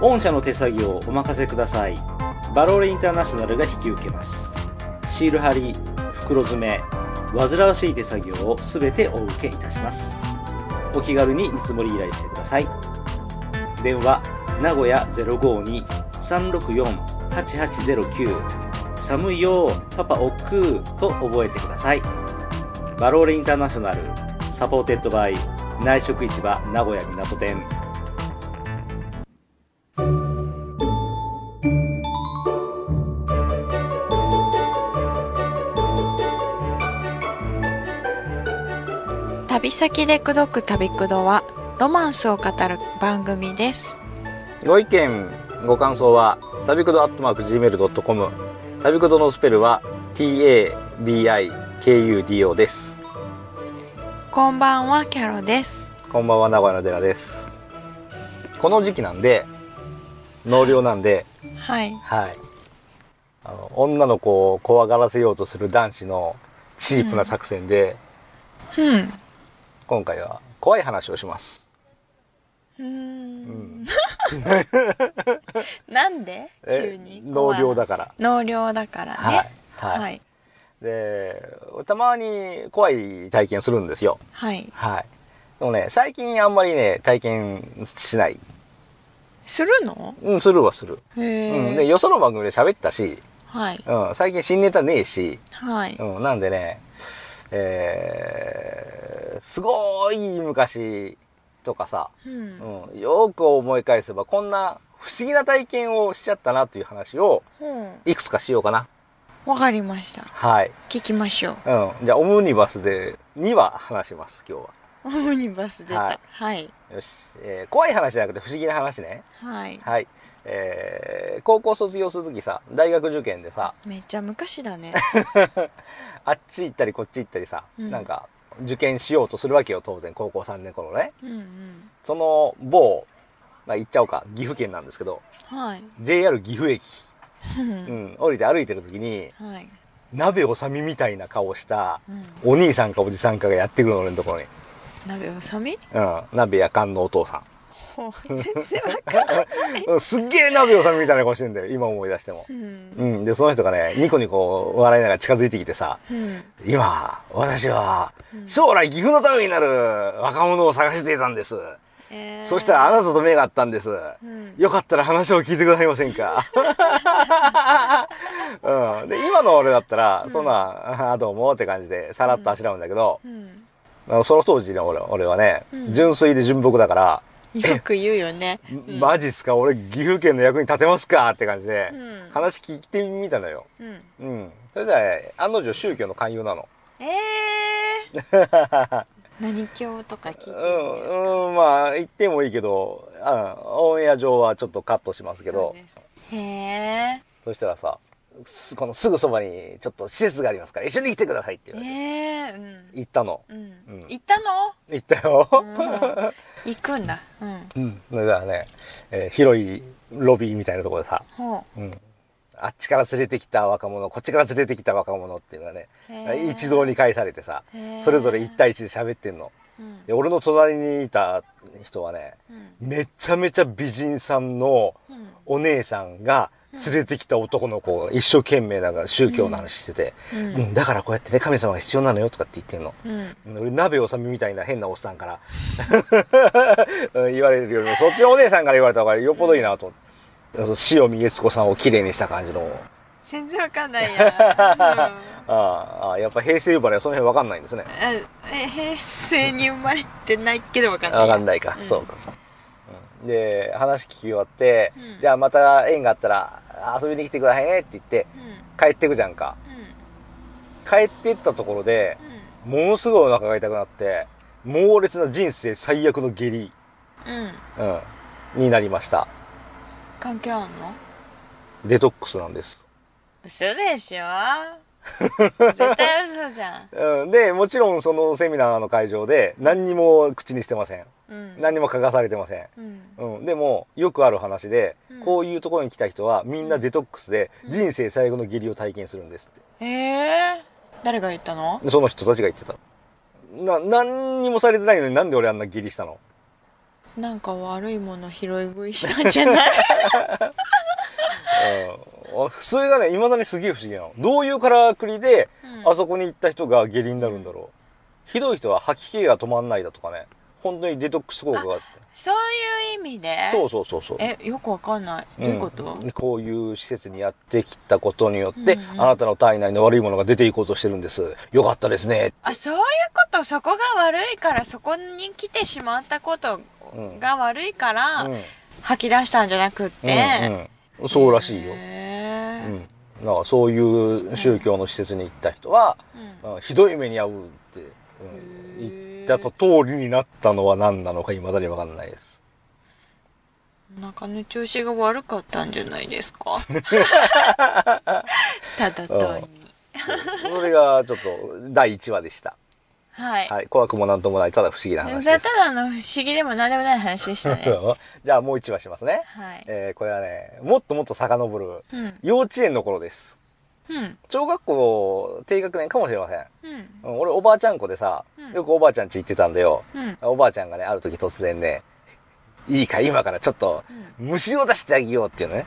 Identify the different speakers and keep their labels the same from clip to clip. Speaker 1: 御社の手作業をお任せくださいバローレインターナショナルが引き受けますシール貼り袋詰め煩わしい手作業を全てお受けいたしますお気軽に見積もり依頼してください電話名古屋052-364-8809寒いよパパおっくーと覚えてくださいバローレインターナショナルサポーテッドバイ内職市場名古屋港店
Speaker 2: 旅先で口説く旅くどはロマンスを語る番組です
Speaker 1: ご意見ご感想は旅くどアットマーク Gmail.com 旅くどのスペルは TABIKUDO です
Speaker 2: こんばんはキャロです
Speaker 1: こんばんは名古屋の寺ですこの時期なんで納涼なんで
Speaker 2: はい
Speaker 1: はいあの女の子を怖がらせようとする男子のチープな作戦で、
Speaker 2: うん
Speaker 1: 今回は怖い話をします、
Speaker 2: うー
Speaker 1: うんん、
Speaker 2: なんで急
Speaker 1: え
Speaker 2: に
Speaker 1: 納涼だ
Speaker 2: か
Speaker 1: から
Speaker 2: ら納涼だからね
Speaker 1: はいはい、
Speaker 2: はい
Speaker 1: でたまに怖い体験するんですよ
Speaker 2: はい
Speaker 1: はいでもね最近あんまりね体験しない
Speaker 2: するの
Speaker 1: うんするはする、
Speaker 2: へ
Speaker 1: うん、で
Speaker 2: え、
Speaker 1: よその番組で喋ったし、
Speaker 2: はい
Speaker 1: うん、最近新ネタねえし、
Speaker 2: はい
Speaker 1: うん、なんでねえー、すごい昔とかさ、
Speaker 2: うん
Speaker 1: うん、よく思い返せばこんな不思議な体験をしちゃったなという話を
Speaker 2: うん
Speaker 1: いくつかしようかな
Speaker 2: わかりました
Speaker 1: はい、
Speaker 2: 聞きましょう
Speaker 1: うん、じゃあオムニバスで2話話します今日は
Speaker 2: オムニバス出たはい
Speaker 1: よし、えー怖い話じゃなくて不思議な話ね。
Speaker 2: はい
Speaker 1: はい。えー高校卒業するときさ、大学受験でさ、
Speaker 2: めっちゃ昔 だね
Speaker 1: あっち行ったりこっち行ったりさ、
Speaker 2: うん
Speaker 1: なんか、受験しようとするわけよ、当然、高校3年頃ね。
Speaker 2: うんうん
Speaker 1: その某、まあ、行っちゃおうか、岐阜県なんですけど、
Speaker 2: はい
Speaker 1: JR 岐阜駅、
Speaker 2: う
Speaker 1: うんん、降りて歩いてるときに、
Speaker 2: はい
Speaker 1: 鍋おさみみたいな顔した、
Speaker 2: うん
Speaker 1: お兄さんかおじさんかがやってくるの、俺のところに。
Speaker 2: 鍋をさ み
Speaker 1: うん、鍋やかんのお父さん。
Speaker 2: もう全然わかん
Speaker 1: うんすっげえ鍋おさみみたいな顔してんだよ、今思い出しても。
Speaker 2: うん
Speaker 1: うん、で、その人がね、ニコニコ笑いながら近づいてきてさ、
Speaker 2: うん
Speaker 1: 今、私は、
Speaker 2: うん
Speaker 1: 将来岐阜のためになる若者を探していたんです。
Speaker 2: えー
Speaker 1: そしたらあなたと目が合ったんです。
Speaker 2: うん
Speaker 1: よかったら話を聞いてくださいません か。うん、で、今の俺だったら、
Speaker 2: うん
Speaker 1: そんな、あどうもって感じで、さらっとあしらうんだけど、
Speaker 2: うん
Speaker 1: あのその当時の俺俺はね、
Speaker 2: うん
Speaker 1: 純粋で純朴だから、
Speaker 2: よく言うよねうん
Speaker 1: マジっすか俺岐阜県の役に立てますかって感じで、
Speaker 2: うん
Speaker 1: 話聞いてみたのよ。
Speaker 2: うん
Speaker 1: うん。それじゃあ、案の定宗教の勧誘なの。
Speaker 2: えー 何教とか聞い
Speaker 1: う
Speaker 2: ていいんですか
Speaker 1: ん、うん、まあ、言ってもいいけど、うん、オンエア上はちょっとカットしますけど
Speaker 2: そう、ですへえ
Speaker 1: そしたらさ、すこのすぐそばにちょっと施設がありますから、一緒に来てくださいって言われて、
Speaker 2: えー
Speaker 1: 行ったの。
Speaker 2: うんう
Speaker 1: うん
Speaker 2: ん行ったの
Speaker 1: 行ったよ。
Speaker 2: 行くんだうん
Speaker 1: うん。それじゃあね、えー広いロビーみたいなところでさ、
Speaker 2: ほ
Speaker 1: うん。あっちから連れてきた若者、こっちから連れてきた若者っていうのがね、
Speaker 2: うへー
Speaker 1: 一堂に会されてさ、
Speaker 2: へー
Speaker 1: それぞれ一対一で喋ってんの。
Speaker 2: うん
Speaker 1: で俺の隣にいた人はね、
Speaker 2: うん
Speaker 1: めちゃめちゃ美人さんの
Speaker 2: うん
Speaker 1: お姉さんが連れてきた男の子を一生懸命なんか宗教の話してて、
Speaker 2: う
Speaker 1: うん
Speaker 2: ん
Speaker 1: だからこうやってね、神様が必要なのよとかって言ってんの。
Speaker 2: うん
Speaker 1: 俺、鍋納めみたいな変なおっさんから、 うん言われるよりも、そっちのお姉さんから言われた方がよっぽどいいなと思って。そう塩見悦子さんを綺麗にした感じの。
Speaker 2: 全然わかんない や、うん
Speaker 1: ああ、やっぱ平成生まれはその辺わかんないんですね。
Speaker 2: あえ平成に生まれてないけどわかんない
Speaker 1: わかん
Speaker 2: い
Speaker 1: ないか、
Speaker 2: うん
Speaker 1: そうか、うんで話聞き終わって、
Speaker 2: うん
Speaker 1: じゃあまた縁があったら遊びに来てくださいねって言って
Speaker 2: うん
Speaker 1: 帰ってくじゃんか帰ってったところでものすごいお腹が痛くなって猛烈な人生最悪の下痢、
Speaker 2: うんうん
Speaker 1: うん、になりました
Speaker 2: 関係あんの
Speaker 1: デトックスなんです、
Speaker 2: 嘘 でしょ絶対嘘じゃん
Speaker 1: うん、でもちろんそのセミナーの会場で何にも口にしてません
Speaker 2: うん
Speaker 1: 何にも書かされてません
Speaker 2: うん
Speaker 1: うん、でもよくある話で、
Speaker 2: うん
Speaker 1: こういうところに来た人はみんなデトックスで
Speaker 2: うん
Speaker 1: 人生最後の下痢を体験するんですって
Speaker 2: えー、誰が言ったの
Speaker 1: でその人たちが言ってたな何にもされてないのになんで俺あんな下痢したの
Speaker 2: なんか悪いもの拾い食いしたんじゃない
Speaker 1: うんあそれがね、未だにすげえ不思議なの。どういうからくりで、
Speaker 2: う ん
Speaker 1: あそこに行った人が下痢になるんだろう。ひどい人は吐き気が止まんないだとかね。本当にデトックス効果があって。
Speaker 2: そういう意味で
Speaker 1: そうそうそうそう。
Speaker 2: えよくわかんないどういうこと、
Speaker 1: んこういう施設にやってきたことによって、
Speaker 2: うんうん
Speaker 1: あなたの体内の悪いものが出ていこうとしてるんです。よかったですね。
Speaker 2: あそういうことそこが悪いからそこに来てしまったこと
Speaker 1: うん
Speaker 2: が悪いから、
Speaker 1: うん
Speaker 2: 吐き出したんじゃなくって、
Speaker 1: うんうん、そうらしいよ。
Speaker 2: へ
Speaker 1: う
Speaker 2: ー
Speaker 1: ん。だからそういう宗教の施設に行った人は、
Speaker 2: うん
Speaker 1: うんひどい目に遭うって、うん言ったと通りになったのは何なのか未だにわかんないです。
Speaker 2: お腹の調子が悪かったんじゃないで すかただ単に
Speaker 1: そうそれがちょっと第1話でした。
Speaker 2: はい、
Speaker 1: はい。怖くもなんともない、ただ不思議な話
Speaker 2: た
Speaker 1: です。
Speaker 2: だの不思議でも何でもない話でしたね
Speaker 1: じゃあもう1話しますね。
Speaker 2: はい
Speaker 1: えーこれはね、もっともっと遡る、
Speaker 2: うん
Speaker 1: 幼稚園の頃です。
Speaker 2: うん
Speaker 1: 小学校低学年かもしれません。
Speaker 2: う
Speaker 1: う
Speaker 2: ん
Speaker 1: ん俺おばあちゃん子でさ
Speaker 2: うん、
Speaker 1: よくおばあちゃん家行ってたんだよ。
Speaker 2: うんうん
Speaker 1: おばあちゃんがね、ある時突然ね、いいか今からちょっと虫を出してあげようっていうのね。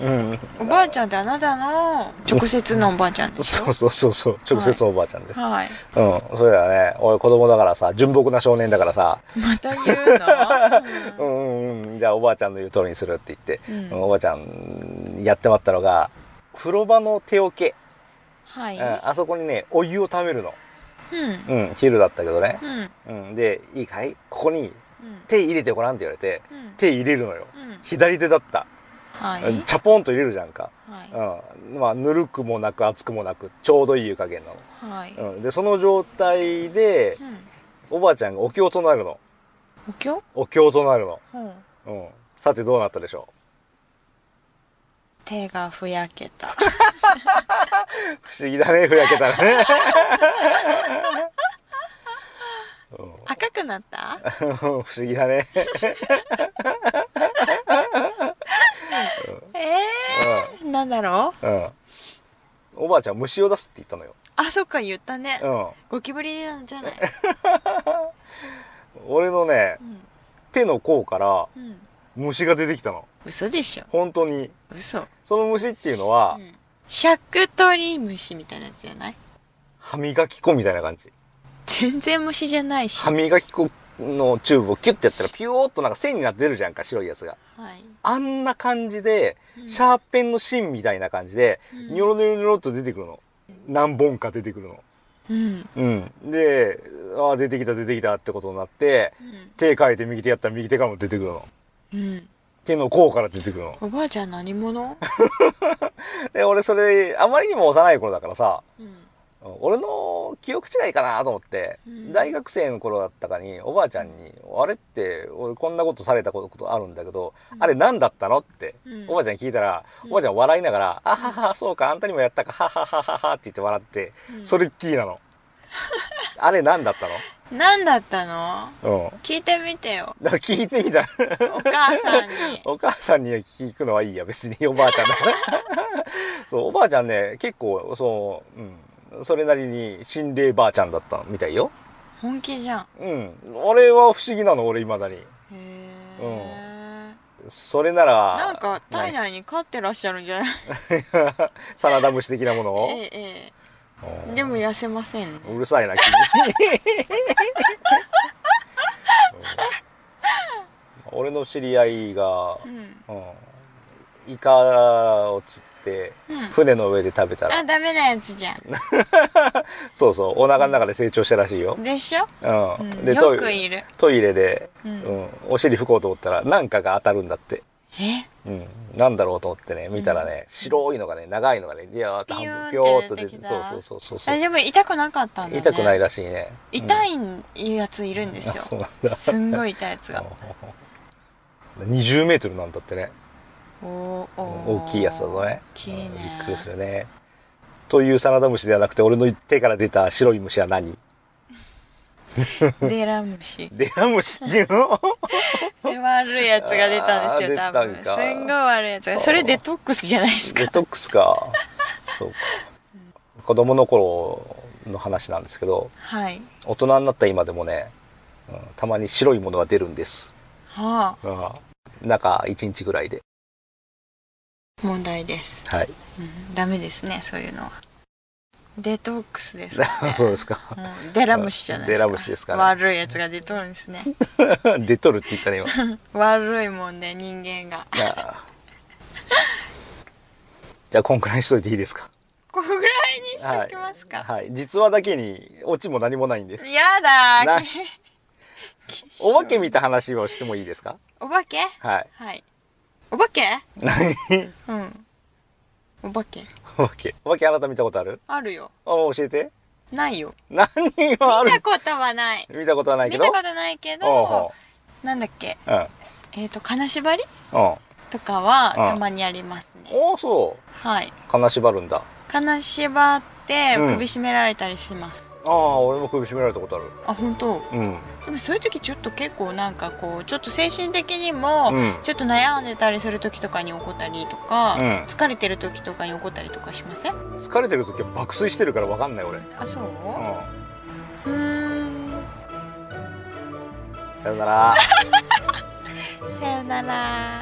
Speaker 2: うん
Speaker 1: うん。
Speaker 2: おばあちゃんってあなたの直接のおばあちゃんでし
Speaker 1: そ
Speaker 2: ょ
Speaker 1: うそうそうそう。直接おばあちゃんです。
Speaker 2: はい
Speaker 1: うん。それはね、俺子供だからさ、純朴な少年だからさ、
Speaker 2: また言う
Speaker 1: う
Speaker 2: の、
Speaker 1: んうんうん、じゃあおばあちゃんの言う通りにするって言って、
Speaker 2: うん
Speaker 1: おばあちゃんやってまったのが、風呂場の手桶、
Speaker 2: はい
Speaker 1: うんあそこにね、お湯をためるの。
Speaker 2: うん
Speaker 1: うん、昼だったけどね。
Speaker 2: うんうん
Speaker 1: うん、で、いいかいここに手入れてごらんって言われて、
Speaker 2: うん
Speaker 1: 手入れるのよ。
Speaker 2: うん
Speaker 1: 左手だった。
Speaker 2: はい
Speaker 1: チャポンと入れるじゃんか。
Speaker 2: は
Speaker 1: うん。まあ、ぬるくもなく熱くもなく、ちょうどいい湯加減なの。
Speaker 2: いはい
Speaker 1: うん、でその状態で
Speaker 2: うん
Speaker 1: おばあちゃんがお経を唱えるの
Speaker 2: お経
Speaker 1: お経を唱えるの、
Speaker 2: うん
Speaker 1: うん、さてどうなったでしょ
Speaker 2: 手がふやけた
Speaker 1: う不思議だねふやけたね、うん
Speaker 2: 赤くなった
Speaker 1: 不思議だね、
Speaker 2: えー、なんだろう
Speaker 1: うんうん、おばあちゃん虫を出すって言ったのよ、
Speaker 2: あそっか言ったね
Speaker 1: う
Speaker 2: ゴキブリなんじゃない
Speaker 1: ん、俺のね
Speaker 2: うん
Speaker 1: 手の甲から
Speaker 2: うん
Speaker 1: 虫が出てきたの
Speaker 2: 嘘でしょ
Speaker 1: 本当に
Speaker 2: 嘘
Speaker 1: その虫っていうのは、
Speaker 2: うんシャクトリムシみたいなやつじゃない
Speaker 1: 歯磨き粉みたいな感じ
Speaker 2: 全然虫じゃないし
Speaker 1: 歯磨き粉のチューブをキュッてやったらピューっとなんか線になって出るじゃんか白いやつが
Speaker 2: はい
Speaker 1: あんな感じで、
Speaker 2: うん
Speaker 1: シャーペンの芯みたいな感じで、
Speaker 2: う
Speaker 1: ニ
Speaker 2: ん
Speaker 1: ョロニョロニョロっと出てくるの。何本か出てくるの。
Speaker 2: うん
Speaker 1: うん。で、ああ、出てきた出てきたってことになって、
Speaker 2: うん
Speaker 1: 手変えて右手やったら右手からも出てくるの。
Speaker 2: うん
Speaker 1: 手の甲から出てくるの。
Speaker 2: おばあちゃん何者
Speaker 1: で、俺それ、あまりにも幼い頃だからさ、
Speaker 2: うん
Speaker 1: 俺の記憶違いかなと思って、
Speaker 2: うん
Speaker 1: 大学生の頃だったかに、おばあちゃんに、あれって、俺こんなことされたことあるんだけど、
Speaker 2: うん
Speaker 1: あれ何だったのって、
Speaker 2: うん
Speaker 1: おばあちゃんに聞いたら、
Speaker 2: うん
Speaker 1: おばあちゃん笑いながら、あはは、そうか、あんたにもやったか、はははははって言って笑って、
Speaker 2: うん
Speaker 1: それっきりな の。あれ何だった
Speaker 2: 何だったの
Speaker 1: のうん。
Speaker 2: 聞いてみてよ
Speaker 1: だから聞いてみた。
Speaker 2: お母さん に
Speaker 1: お母さんに聞くのはいいや、 別におばあちゃんだからそう、おばあちゃんね、結構、そう、うん。それなりに心霊ばあちゃんだったみたいよ。
Speaker 2: 本気じゃん
Speaker 1: うん。俺は不思議なの、俺未だに。
Speaker 2: へえ
Speaker 1: それなら、
Speaker 2: なんか体内に飼ってらっしゃるんじゃない
Speaker 1: 何 サラダ虫的なもの
Speaker 2: えええ
Speaker 1: うん
Speaker 2: えでも痩せませんね
Speaker 1: うるさいな、 君。うん俺の知り合いが、
Speaker 2: うん
Speaker 1: うん、イカを釣って、
Speaker 2: うん
Speaker 1: 船の上で食べた
Speaker 2: あ
Speaker 1: ら、
Speaker 2: ダメなやつじゃん
Speaker 1: そうそう、お腹の中で成長したらしいよ。
Speaker 2: でしょ、
Speaker 1: うん。
Speaker 2: うん、
Speaker 1: でト
Speaker 2: よ
Speaker 1: イ
Speaker 2: く
Speaker 1: レ、
Speaker 2: いる
Speaker 1: トイレで、
Speaker 2: う
Speaker 1: うんん、お尻拭こうと思ったら、なんかが当たるんだって。
Speaker 2: え
Speaker 1: うん、なんだろうと思ってね、見たらね、白いのがね、長いのがね、ビヤーっと半分、
Speaker 2: ピ
Speaker 1: ぴ
Speaker 2: ヨ
Speaker 1: ょーっ
Speaker 2: ーンって
Speaker 1: と
Speaker 2: 出
Speaker 1: 出
Speaker 2: て
Speaker 1: て、そ
Speaker 2: きた
Speaker 1: うそうそうそうそ
Speaker 2: あ
Speaker 1: う。
Speaker 2: でも痛くなかったんだ、ね、
Speaker 1: 痛くないらしいね。
Speaker 2: 痛
Speaker 1: い
Speaker 2: いやついるんですよ
Speaker 1: そうなんだ
Speaker 2: すんごい痛いやつが
Speaker 1: 20メートルなんだってね。
Speaker 2: おーおー
Speaker 1: 大きいやつだぞね。
Speaker 2: 大きいね
Speaker 1: うんびっくりするね。というサラダ虫ではなくて、俺の手から出た白い虫は何
Speaker 2: デラムシ
Speaker 1: レア虫っていうの
Speaker 2: で悪いやつが出たんですよ
Speaker 1: あ
Speaker 2: 多
Speaker 1: ー
Speaker 2: 分
Speaker 1: 出
Speaker 2: す
Speaker 1: たんか
Speaker 2: んごい悪いやつがそれデトックスじゃないですか
Speaker 1: デトックスか。そうか。子供の頃の話なんですけど、
Speaker 2: はい
Speaker 1: 大人になった今でもね、うんたまに白いものが出るんです。
Speaker 2: は
Speaker 1: ああ中1日ぐらいで
Speaker 2: あ、問題です、
Speaker 1: はい。
Speaker 2: うん。ダメですね、そういうのは。デトックスですよね
Speaker 1: そうですか
Speaker 2: うんデラ虫じゃないですか。
Speaker 1: デラ虫ですから
Speaker 2: 悪いやつが出とるんです ね。
Speaker 1: 出とるって言ったね今
Speaker 2: 悪いもんね、人間が。
Speaker 1: ああじゃあこんくらいにしといていいですか
Speaker 2: こんぐらいにしときますか。
Speaker 1: はい実話だけにオチも何もないんです
Speaker 2: やだ
Speaker 1: な
Speaker 2: ー。
Speaker 1: お化け見た話をしてもいいですか
Speaker 2: お化け
Speaker 1: はい
Speaker 2: はい。お化け
Speaker 1: 何
Speaker 2: うん。お化け
Speaker 1: お化けお化けあなた見たことある
Speaker 2: あるよ。
Speaker 1: あ教えて
Speaker 2: ないよ。
Speaker 1: 何があ
Speaker 2: 見
Speaker 1: る
Speaker 2: たことはない。
Speaker 1: 見たことはない
Speaker 2: 見
Speaker 1: け
Speaker 2: た
Speaker 1: ど
Speaker 2: ことないけ
Speaker 1: おうほ
Speaker 2: ど、なんだっけ。
Speaker 1: ううん
Speaker 2: えっ、と、金縛り
Speaker 1: うん
Speaker 2: とかは
Speaker 1: うん
Speaker 2: たまにありますね。
Speaker 1: おおそ
Speaker 2: はい。
Speaker 1: う金縛るんだ
Speaker 2: 金縛って
Speaker 1: うん
Speaker 2: 首絞められたりします。
Speaker 1: ああ俺も首絞められたことある
Speaker 2: あ、本当。
Speaker 1: うん
Speaker 2: でもそういう時ちょっと結構なんかこう、ちょっと精神的にも、
Speaker 1: うん
Speaker 2: ちょっと悩んでたりする時とかに怒ったりとか、
Speaker 1: うん
Speaker 2: 疲れてる時とかに怒ったりとかしません
Speaker 1: 疲れてる時は爆睡してるから分かんない俺うん
Speaker 2: あ、そう
Speaker 1: さ
Speaker 2: うーん。
Speaker 1: よなら
Speaker 2: さよなら